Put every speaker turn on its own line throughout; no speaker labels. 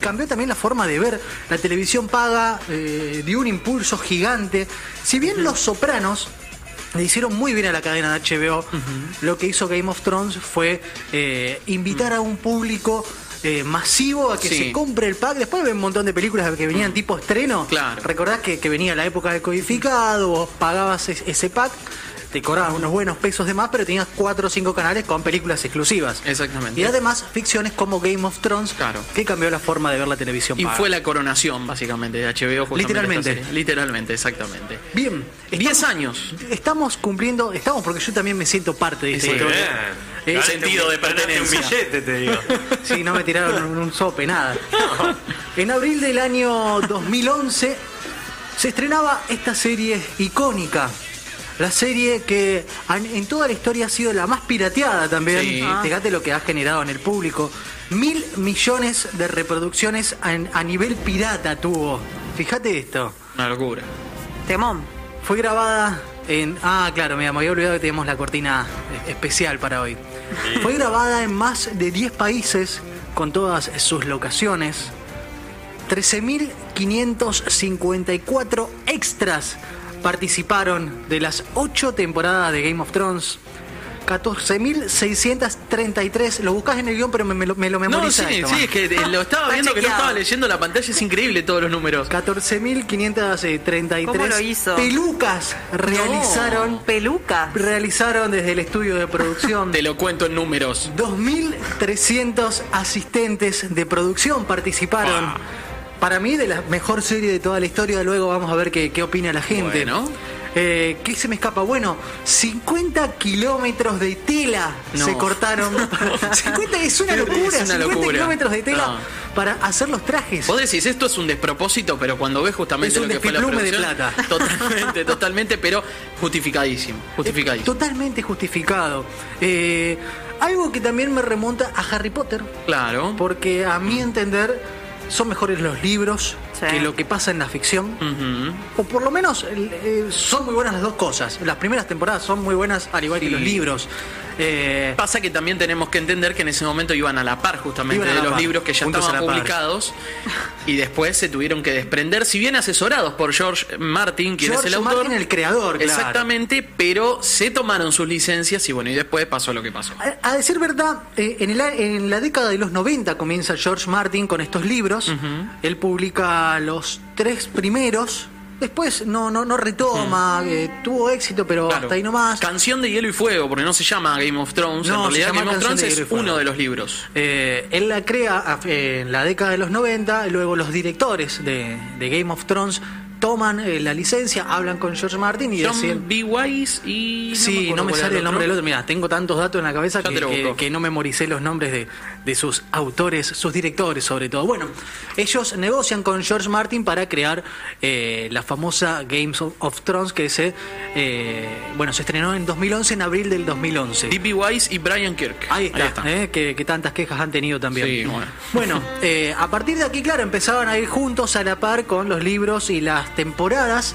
cambió también la forma de ver. La televisión paga eh, dio un impulso gigante. Si bien Los Sopranos le hicieron muy bien a la cadena de HBO, lo que hizo Game of Thrones fue eh, invitar a un público eh, masivo a que
Sí.
se compre el pack. Después ven un montón de películas que venían tipo estreno.
Claro.
Recordás que, que venía la época del codificado, vos pagabas es- ese pack. Te cobrabas unos buenos pesos de más, pero tenías cuatro o cinco canales con películas exclusivas.
Exactamente.
Y además ficciones como Game of Thrones,
Claro.
que cambió la forma de ver la televisión.
Y
paga.
fue la coronación, básicamente, de HBO. justamente,
Literalmente.
esta serie. Literalmente, exactamente.
Bien,
Diez
estamos-
años.
Estamos cumpliendo, estamos porque yo también me siento parte de esta
Sí.
historia.
Ganaste
sentido
un-
de
ganaste
pertenencia.
un billete, te digo.
Sí, no me tiraron un- un sope, nada. En abril del año 2011 se estrenaba esta serie icónica. La serie que an- en toda la historia ha sido la más pirateada también.
Sí.
Ah. Fíjate lo que ha generado en el público. Mil millones de reproducciones an- a, nivel pirata tuvo. Fíjate esto.
Una locura.
Temón.
Fue grabada en... Ah, claro, mira, me había olvidado que teníamos la cortina e- especial para hoy. Fue grabada en más de 10 países con todas sus locaciones. 13.554 extras participaron de las 8 temporadas de Game of Thrones. 14.633, lo buscas en el guión, pero me, me lo, me lo
No,
memorizás
sí,
esto,
sí,
man.
es que eh, lo estaba
Está
viendo, que no
chequeado.
estaba leyendo la pantalla, es increíble todos los números.
14.533
¿Cómo lo hizo?
pelucas realizaron
Peluca.
realizaron desde el estudio de producción
Te lo cuento en números.
2.300 asistentes de producción participaron.
Wow.
Para mí, de la mejor serie de toda la historia, luego vamos a ver qué, qué opina la gente.
Bueno.
Eh, ¿Qué se me escapa? Bueno, 50 kilómetros de tela
No.
se cortaron. 50 es una
Es
locura,
una
50
locura.
kilómetros de tela
No.
para hacer los trajes.
Vos decís, esto es un despropósito, pero cuando ves justamente
Es un
lo que fue la
despiplume de
producción...
plata.
Totalmente, totalmente, pero justificadísimo. Justificadísimo.
Totalmente justificado. Eh, algo que también me remonta a Harry Potter.
Claro.
Porque a mi entender son mejores los libros
Sí.
que lo que pasa en la ficción.
Mm. Ujú.
O por lo menos el- eh, son muy buenas las dos cosas. Las primeras temporadas son muy buenas al igual que
Sí.
los libros. Eh,
Pasa que también tenemos que entender que en ese momento iban a la par justamente
Iban a
de
la
los
par,
libros que ya
juntos
estaban
a la par.
publicados y después se tuvieron que desprender, si bien asesorados por George Martin, quien
George
es el autor.
Martin, el creador, claro.
Exactamente, pero se tomaron sus licencias y bueno, y después pasó lo que pasó.
a, a decir verdad, eh, en, el a- en la década de los 90 comienza George Martin con estos libros. Él publica los tres primeros. Después no, no, no retoma, eh, tuvo éxito, pero
Mm. Claro.
hasta ahí nomás.
Canción de Hielo y Fuego, porque no se llama Game of Thrones,
No,
en realidad
se llama
Game of
Canción
Thrones
de
es
Hielo y Fuego.
uno de los libros.
Eh, él la crea a- eh, en la década de los 90, luego los directores de, de Game of Thrones toman eh, la licencia, hablan con George Martin y
John
deciden...
B. Wise y... no
Sí,
acuerdo
no me
cuál era
sale el nombre del otro. Mira, tengo tantos datos en la cabeza
Ya
que,
te lo
que-
busco.
que no memoricé los nombres de, de sus autores, sus directores sobre todo. Bueno, ellos negocian con George Martin para crear eh, la famosa Games of, of Thrones que se, eh, bueno, se estrenó en 2011, en abril del 2011.
D.B. Wise y Brian Kirk.
Ahí está, ¿eh? que, que tantas quejas han tenido también.
Sí, bueno.
Bueno, eh, a partir de aquí, claro, empezaban a ir juntos a la par con los libros y las temporadas.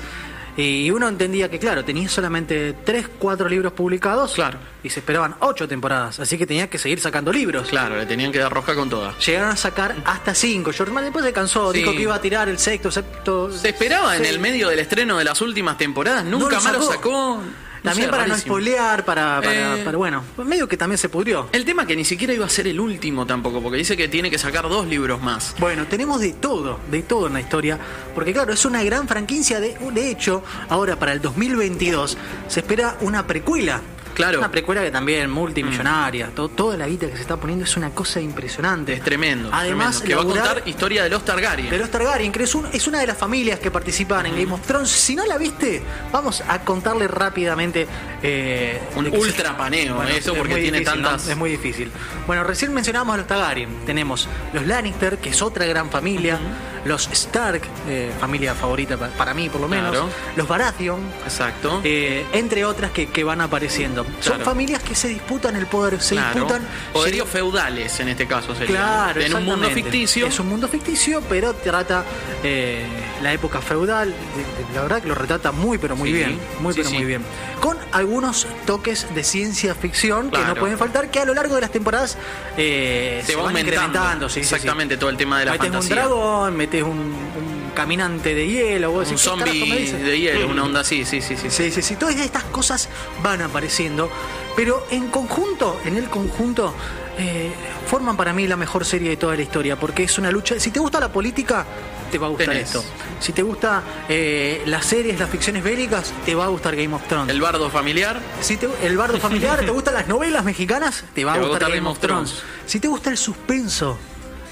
Y uno entendía que, claro, tenía solamente 3, 4 libros publicados.
Claro.
Y se esperaban 8 temporadas. Así que tenía que seguir sacando libros.
Claro, le tenían que dar rosca con toda.
Llegaron a sacar hasta 5. George Martin después se cansó.
Sí.
Dijo que iba a tirar el sexto, sexto.
Se esperaba en el medio del estreno de las últimas temporadas, nunca más lo sacó. No
También
sé,
para no
rarísimo.
espolear, para, para,
Eh.
para- Bueno, medio que también se pudrió.
El tema que ni siquiera iba a ser el último tampoco, porque dice que tiene que sacar dos libros más.
Bueno, tenemos de todo, de todo en la historia, porque claro, es una gran franquicia. De, de hecho, ahora para el 2022 se espera una precuela.
Claro. Mm.
Una precuela que también multimillonaria. to- toda la guita que se está poniendo es una cosa impresionante.
Es tremendo. es
Además,
tremendo, que va a
laburar
contar historia de los Targaryen.
de los Targaryen, que es, un- es una de las familias que participaban en Game of Thrones. Si no la viste, vamos a contarle rápidamente. eh,
Un
de qué se-
ultrapaneo, eso, porque
muy
tiene
difícil,
tantas-
¿no? Es muy difícil. Bueno, recién mencionábamos a los Targaryen. Tenemos los Lannister, que es otra gran familia. los Stark, eh, familia favorita pa- para mí por lo menos,
Claro.
los Baratheon,
Exacto.
eh, entre otras que, que van apareciendo. Son
Claro.
familias que se disputan el poder, se
Claro.
disputan...
Poderíos feudales en este caso sería.
Claro,
En un mundo
exactamente.
ficticio.
Es un mundo ficticio, pero trata eh, la época feudal. de- de- La verdad que lo retrata muy, pero muy
Sí,
bien. Muy,
sí,
pero
sí.
muy bien. Con algunos toques de ciencia ficción que no
Claro.
pueden faltar, que a lo largo de las temporadas eh,
se va
van
aumentando.
incrementando. sí, sí, sí.
Exactamente, todo el tema de la
metes
fantasía.
un dragón, metes un, un caminante de hielo, vos
un
decís, pues, "¿Qué carajo me
zombie
dices?".
de hielo,
Mm.
una onda así, sí, sí, sí.
Sí, sí, sí. Todas estas cosas van apareciendo, pero en conjunto, en el conjunto, eh, forman para mí la mejor serie de toda la historia, porque es una lucha. Si te gusta la política, te va a gustar
Tenés.
esto. Si te gusta eh, las series, las ficciones bélicas, te va a gustar Game of Thrones.
El bardo familiar,
Si te, el bardo familiar, te gustan las novelas mexicanas, te va a gustar Game, of Thrones. Si te gusta el suspenso,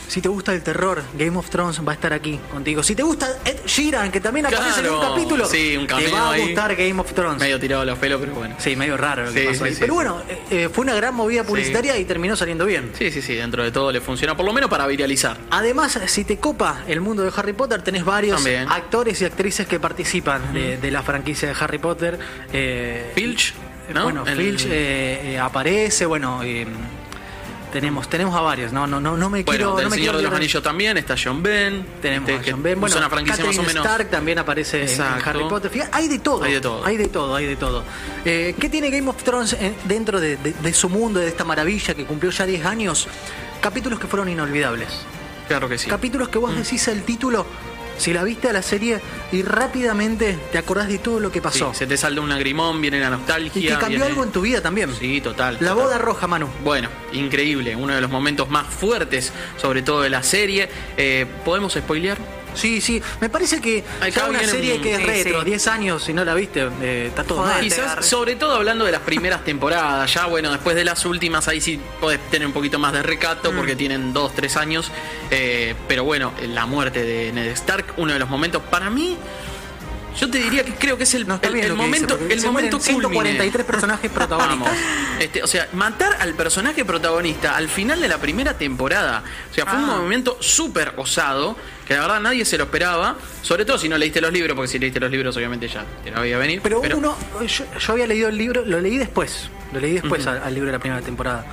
si te gusta el terror, Game of Thrones va a estar aquí contigo. Si te gusta Ed Sheeran, que también aparece en un
Claro.
capítulo,
Sí, un
te
cameo
va a
ahí.
gustar Game of Thrones.
medio tirado a los pelos, pero bueno.
Sí, medio raro lo que
Sí,
pasó
sí,
ahí.
sí,
Pero
sí.
bueno, eh, eh, fue una gran movida publicitaria y terminó saliendo bien.
Sí, sí, sí, dentro de todo le funciona, por lo menos para viralizar.
Además, si te copa el mundo de Harry Potter, tenés varios
También. Mm.
actores y actrices que participan de, de la franquicia de Harry Potter. eh,
Filch, ¿no?
Bueno,
El-
Filch eh, eh, aparece, bueno, eh, tenemos, tenemos a varios, no, no, no, no me quiero.
Bueno, del
no me
Señor
quiero
de los
olvidar.
Anillos también, está John Ben.
Tenemos
este,
a
que
John Ben, bueno,
es una franquicia
Catherine
más o menos.
Stark también aparece en- en
Exacto.
Harry Potter. Fija- hay de todo.
Hay de todo.
Hay de todo, hay de todo. Eh, ¿Qué tiene Game of Thrones en- dentro de, de- de su mundo, de esta maravilla que cumplió ya 10 años? Capítulos que fueron inolvidables.
Claro que sí. Mm.
Capítulos que vos decís el título, si la viste a la serie y rápidamente te acordás de todo lo que
Sí,
pasó.
se te salda un lagrimón, viene la nostalgia.
y que cambió
viene-
algo en tu vida también.
eh. Sí, total.
La
total.
boda roja, Manu.
Bueno, increíble, uno de los momentos más fuertes, sobre todo de la serie. Eh, ¿Podemos spoilear?
Sí, sí, me parece que
Acá
ya una
viene un-
serie que es
sí,
retro,
sí.
10 años, si no la viste, eh, está todo
Joder,
mal.
te agarré.
Quizás, sobre todo hablando de las primeras temporadas, ya bueno, después de las últimas, ahí sí podés tener un poquito más de recato
Mm.
porque tienen dos, tres años. Eh, pero bueno, la muerte de Ned Stark, uno de los momentos para mí. Yo te diría que creo que es el,
No está
el-
bien
el
lo que dice,
momento,
porque
el
se mueren
momento culmine.
143 personajes protagonistas.
Vamos. Este, o sea, matar al personaje protagonista al final de la primera temporada. O sea, fue un
Ah.
movimiento súper osado, que la verdad nadie se lo esperaba. Sobre todo si no leíste los libros, porque si leíste los libros, obviamente ya te la veía venir.
Ah, Pero, uno, yo, yo había leído el libro, lo leí después, lo leí después al, al libro de la primera temporada.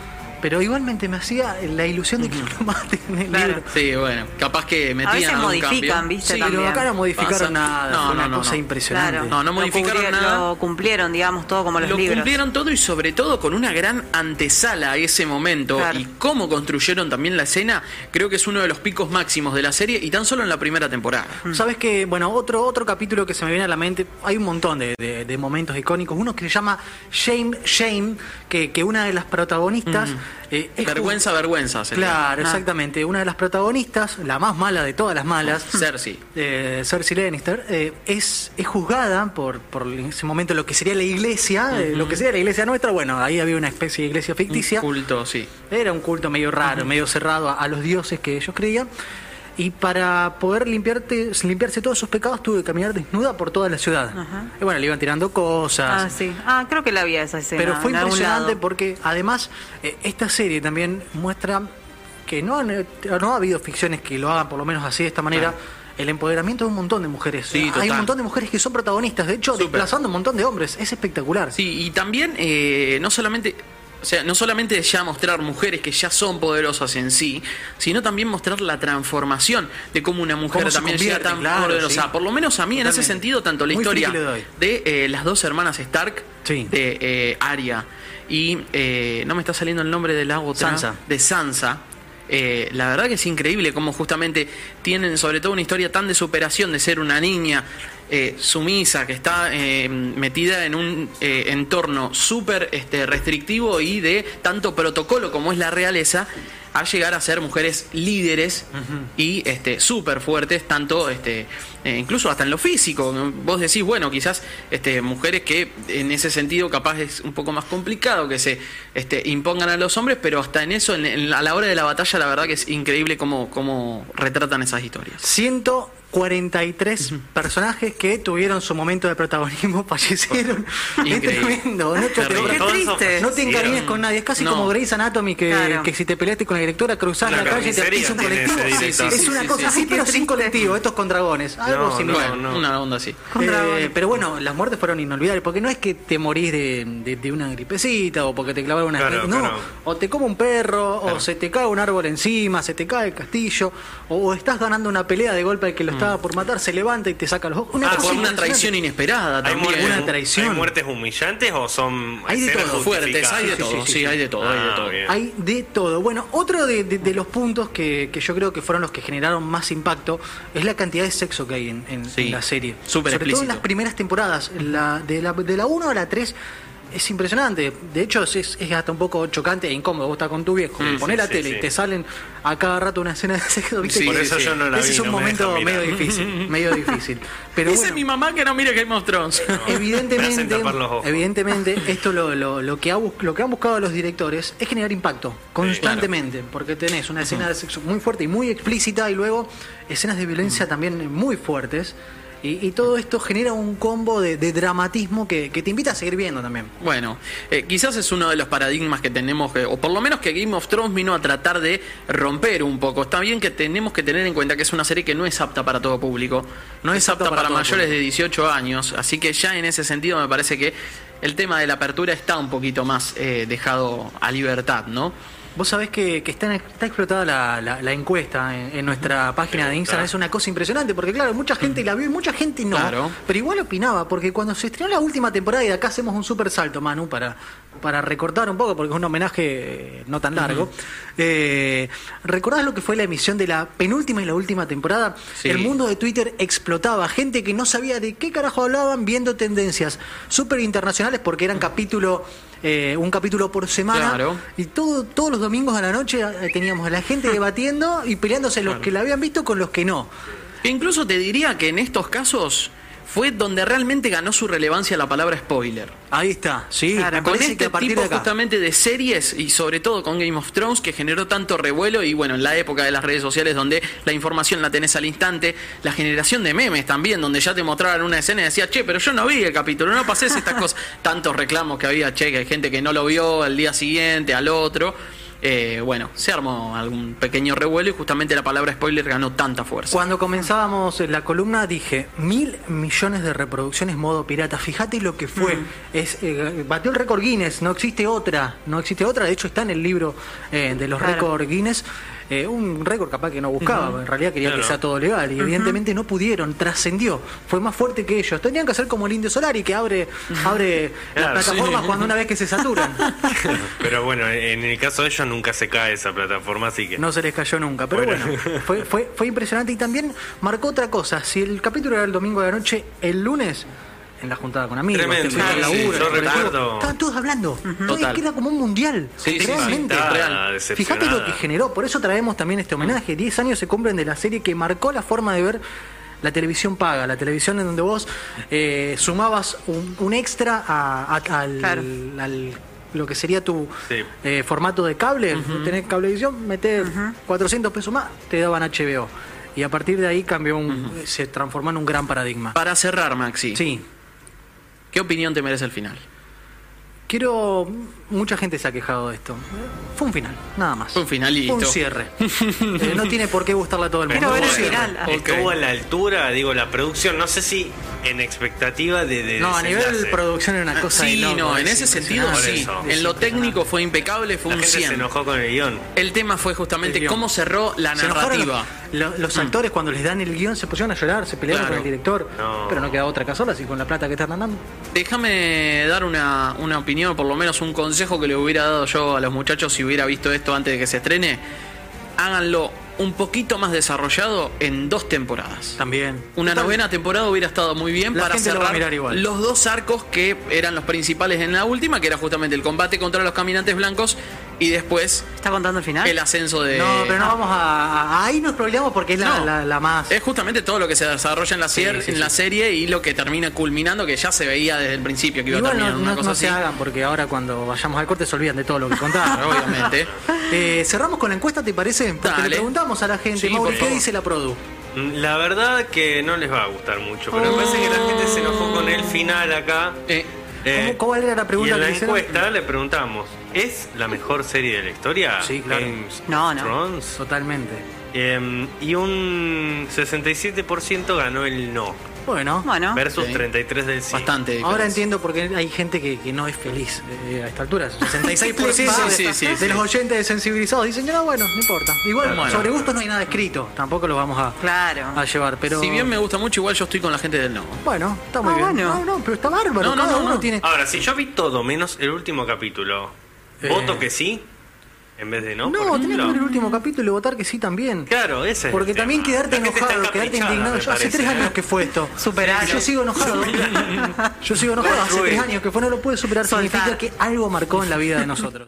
Pero igualmente me hacía la ilusión de que no lo maten en el
Claro.
libro.
Sí, bueno, capaz que metían
veces
algún
modifican,
cambio.
¿viste?
Sí,
Pero
También.
acá no modificaron
Pasa.
nada,
No,
fue una
no, no,
cosa
no.
impresionante.
Claro.
No, no
Lo
modificaron
cubrí-
nada.
Lo cumplieron, digamos, todo como los
lo
libros.
cumplieron todo y sobre todo con una gran antesala a ese momento
Claro.
y cómo construyeron también la escena, creo que es uno de los picos máximos de la serie y tan solo en la primera temporada.
Sabes que, bueno, otro, otro capítulo que se me viene a la mente, hay un montón de, de- de momentos icónicos. Uno que se llama Shame, Shame, que, que una de las protagonistas. eh, es
vergüenza, vergüenza. se
Claro,
Ah.
exactamente. Una de las protagonistas, la más mala de todas las malas,
Cersei.
eh, Cersei Lannister, eh, es, es juzgada por, por en ese momento lo que sería la iglesia, eh, lo que sería la iglesia nuestra. Bueno, ahí había una especie de iglesia
llama.
ficticia.
Un culto, sí.
Era un culto medio raro, medio cerrado a, a los dioses que ellos creían. Y para poder limpiarte, limpiarse todos sus pecados, tuve que caminar desnuda por toda la ciudad. Y bueno, le iban tirando cosas.
Ah, sí. Ah, creo que la vi esa
este,
escena.
Pero fue
en algún
impresionante
lado.
porque además eh, esta serie también muestra que no, han- eh, no ha habido ficciones que lo hagan por lo menos así de esta manera. El empoderamiento de un montón de mujeres.
Sí,
Hay un
total.
montón de mujeres que son protagonistas, de hecho,
Súper.
desplazando un montón de hombres. Es espectacular.
Sí, y también eh, no solamente, o sea, no solamente ya mostrar mujeres que ya son poderosas en sí, sino también mostrar la transformación de cómo una mujer
Cómo se
también llega
convierte,
tan
claro,
poderosa.
sí.
Por lo menos a mí en ese
Totalmente.
sentido, tanto la
Muy
historia
friki le doy.
de eh, las dos hermanas Stark,
Sí.
de eh, Arya y eh, no me está saliendo el nombre de la otra,
Sansa.
de Sansa. eh, la verdad que es increíble cómo justamente tienen sobre todo una historia tan de superación de ser una niña eh, sumisa que está eh, metida en un eh, entorno súper este, restrictivo y de tanto protocolo como es la realeza a llegar a ser mujeres líderes y este súper fuertes tanto este eh, incluso hasta en lo físico vos decís bueno quizás este mujeres que en ese sentido capaz es un poco más complicado que se este, impongan a los hombres pero hasta en eso en- en- a la hora de la batalla la verdad que es increíble cómo, cómo retratan esas historias
143 43 personajes que tuvieron su momento de protagonismo, fallecieron.
Increíble.
Es tremendo. No te,
Terrible.
no te-
Qué
Eh,
triste.
no te encariñes con nadie. Es casi
No.
como Grey's Anatomy, que,
Claro.
que si te peleaste con la directora, cruzás
La
la, calle y te
carnicería
pisa un
tiene
colectivo.
ese director.
es una
Sí, sí,
cosa
sí,
así,
sí.
pero
Qué
sin
triste.
colectivo. Estos con dragones. Algo
No, no,
similar.
Bueno,
no.
una onda así.
Con
Eh,
dragones.
pero bueno, las muertes fueron inolvidables, porque no es que te morís de, de- de una gripecita o porque te clavaron una...
Claro,
no,
claro.
o te come un perro, o se te cae un árbol encima, se te cae el castillo, o, o estás ganando una pelea de golpe al que lo estaba por matar, se levanta y te saca los ojos. Una,
Ah,
cosa
por una
impresionante.
traición inesperada
¿Hay
también.
muertes,
una traición.
¿Hay muertes humillantes o son
Hay de
escenas
todo,
Fuertes, hay de
justificadas?
todo,
Sí,
sí,
sí, sí, sí.
hay de todo, hay de
Ah,
todo.
bien.
Hay de todo. Bueno, otro de, de- de los puntos que, que yo creo que fueron los que generaron más impacto es la cantidad de sexo que hay en, en-
Sí,
en la serie. Sobre todo
súper
en
explícito.
las primeras temporadas, la, de, la, de la 1 a la 3 es impresionante. De hecho, es, es- es hasta un poco chocante e incómodo. Vos estás con tu viejo,
Mm,
ponés
sí,
la
sí,
tele
sí.
y te salen a cada rato una escena de sexo. ¿viste?
Sí,
Por
sí,
eso
sí.
yo no la
Ese
vi,
es un
no me
momento
dejan
medio
mirar.
difícil, medio difícil. Pero
Dice
bueno.
mi mamá que no mira Game of Thrones.
Me hacen
Evidentemente,
tapar los ojos.
evidentemente esto lo, lo- lo que ha bus- lo que han buscado los directores es generar impacto constantemente, porque tenés una escena de sexo muy fuerte y muy explícita y luego escenas de
Mm.
violencia también muy fuertes. Y, y todo esto genera un combo de, de dramatismo que, que te invita a seguir viendo también.
Bueno, eh, quizás es uno de los paradigmas que tenemos, que- o por lo menos que Game of Thrones vino a tratar de romper un poco. Está bien que tenemos que tener en cuenta que es una serie que no es apta para todo público, no es apta para,
todo
mayores de 18 años, así que ya en ese sentido me parece que el tema de la apertura está un poquito más eh, dejado a libertad, ¿no?
Vos sabés que, que está, está explotada la, la- la encuesta en, en nuestra página de Instagram.
está.
Es una cosa impresionante, porque claro, mucha gente la vio y mucha gente no.
Claro.
Pero igual opinaba, porque cuando se estrenó la última temporada, y de acá hacemos un super salto, Manu, para, para recortar un poco, porque es un homenaje eh, no tan largo. Eh, ¿Recordás lo que fue la emisión de la penúltima y la última temporada?
Sí.
El mundo de Twitter explotaba. Gente que no sabía de qué carajo hablaban viendo tendencias súper internacionales, porque eran capítulo... eh, un capítulo por semana
Claro.
y todo, todos los domingos a la noche eh, teníamos a la gente debatiendo y peleándose los que la habían visto con los que no.
E incluso te diría que en estos casos fue donde realmente ganó su relevancia la palabra spoiler.
Ahí está, sí.
Claro,
me
con
parece que
este
a partir
tipo
de acá.
justamente de series y sobre todo con Game of Thrones que generó tanto revuelo y bueno, en la época de las redes sociales donde la información la tenés al instante, la generación de memes también, donde ya te mostraban una escena y decías, che, pero yo no vi el capítulo, no pasé estas cosas, tantos reclamos que había, che, que hay gente que no lo vio al día siguiente, al otro. Eh, bueno, se armó algún pequeño revuelo y justamente la palabra spoiler ganó tanta fuerza.
Cuando comenzábamos la columna dije mil millones de reproducciones modo pirata. Fíjate lo que fue. Es eh, batió el récord Guinness. No existe otra. No existe otra. De hecho está en el libro eh, de los
Claro.
récords Guinness. Eh, un récord capaz que no buscaba. En realidad quería que
Claro.
sea todo legal. Y evidentemente no pudieron. Trascendió. Fue más fuerte que ellos. Tenían que hacer como el Indio Solari que abre abre las
Claro,
plataformas
sí.
cuando una vez que se saturan.
Pero bueno, en el caso de ellos nunca se cae esa plataforma, así que.
No se les cayó nunca, pero bueno,
Bueno.
fue, fue, fue impresionante y también marcó otra cosa. Si el capítulo era el domingo de la noche, el lunes, en la juntada con amigos,
Tremendo,
te fuiste al
sí,
laburo,
sí, yo
con el
recuerdo.
juego, estaban todos hablando. Entonces,
Total.
que era como un mundial,
Sí, sí, sí,
realmente.
está
real. decepcionada. Ah.
Fíjate lo que generó, por eso traemos también este homenaje. 10 años se cumplen de la serie que marcó la forma de ver la televisión paga, la televisión en donde vos eh, sumabas un, un extra a, a- al,
Claro.
al- lo que sería tu
Sí.
eh, formato de cable, tenés cablevisión, metés 400 pesos más, te daban HBO. Y a partir de ahí cambió un- se transformó en un gran paradigma.
Para cerrar, Maxi,
Sí,
¿qué opinión te merece el final?
quiero... Mucha gente se ha quejado de esto. Fue un final, nada más.
Fue un final y
Fue un
listo.
cierre. Eh, no tiene por qué gustarle a todo el mundo.
Quiero ver el
Fue un cierre.
final.
Ok.
Estuvo a la altura, digo, la producción, no sé si en expectativa de. de
No, a nivel
desenlace.
producción era una cosa de
sí,
loco,
no,
es
en ese sentido
impresionante.
sí.
Por eso.
En lo técnico fue impecable, fue
La
un
gente
100.
se enojó con el guión.
El tema fue
El
justamente
guión.
cómo cerró la
Se enojaron
narrativa.
Los, lo- los actores cuando les dan el guión se pusieron a llorar, se pelearon
Claro.
con el director,
No.
pero no queda otra casola así con la plata que están andando.
Déjame dar una, una opinión, por lo menos un consejo que le hubiera dado yo a los muchachos si hubiera visto esto antes de que se estrene. Háganlo un poquito más desarrollado en dos temporadas.
También.
Una novena temporada hubiera estado muy bien
La
para
gente lo
cerrar
va a mirar igual.
los dos arcos que eran los principales en la última, que era justamente el combate contra los caminantes blancos y después
¿Está contando el final?
el ascenso de...
No, pero no vamos a, a- Ahí nos problemamos porque es la,
No.
la- la más.
Es justamente todo lo que se desarrolla en la, cier-
sí,
en
sí.
la serie y lo que termina culminando, que ya se veía desde el principio que iba a
Igual no,
terminar una
no-
cosa
no
así.
se hagan porque ahora cuando vayamos al corte se olvidan de todo lo que contaron.
Obviamente.
Eh, cerramos con la encuesta, ¿te parece? Porque
Dale.
le preguntamos a la gente,
Sí, por
Mauri, ¿qué
favor.
dice la Produ?
La verdad que no les va a gustar mucho, pero me parece que la gente se enojó con el final acá.
Eh,
Eh,
¿Cómo- cuál era la pregunta
y en
que
la
le hicieron?
encuesta le preguntamos, ¿es la mejor serie de la historia?
Sí, claro.
Game of
No, no.
Thrones.
Totalmente.
Eh, y un 67% ganó el no,
Bueno,
Bueno,
versus
Ok.
33 del sí.
Bastante. diferencia.
ahora entiendo por qué hay gente que, que no es feliz eh, a esta altura. 66%
Sí, sí, sí,
de
sí.
los oyentes desensibilizados dicen, no, bueno, no importa. Igual,
Bueno.
sobre gustos no hay nada escrito, tampoco lo vamos a,
claro.
a llevar. Pero,
Si bien me gusta mucho, igual yo estoy con la gente del no.
Bueno, está muy
Ah,
bien.
bueno.
No, no, pero está bárbaro.
No, no,
Cada
no,
uno
no. Ah,
tiene...
Ahora, si yo vi todo menos el último capítulo,
Eh.
¿voto que sí? En vez de no. por
No, tenés que
ejemplo?
ver el último capítulo y votar que sí también.
Claro, ese es
Porque
el
también
tema.
quedarte
La gente está
enojado, quedarte
caprichada,
indignado.
me
Yo hace
parece,
tres
¿eh?
años que fue esto.
Superalo.
Y Yo sigo enojado. Yo sigo enojado. Hace
Construir.
tres años que fue, no lo pude superar. Significa
Soltar.
que algo marcó en la vida de nosotros.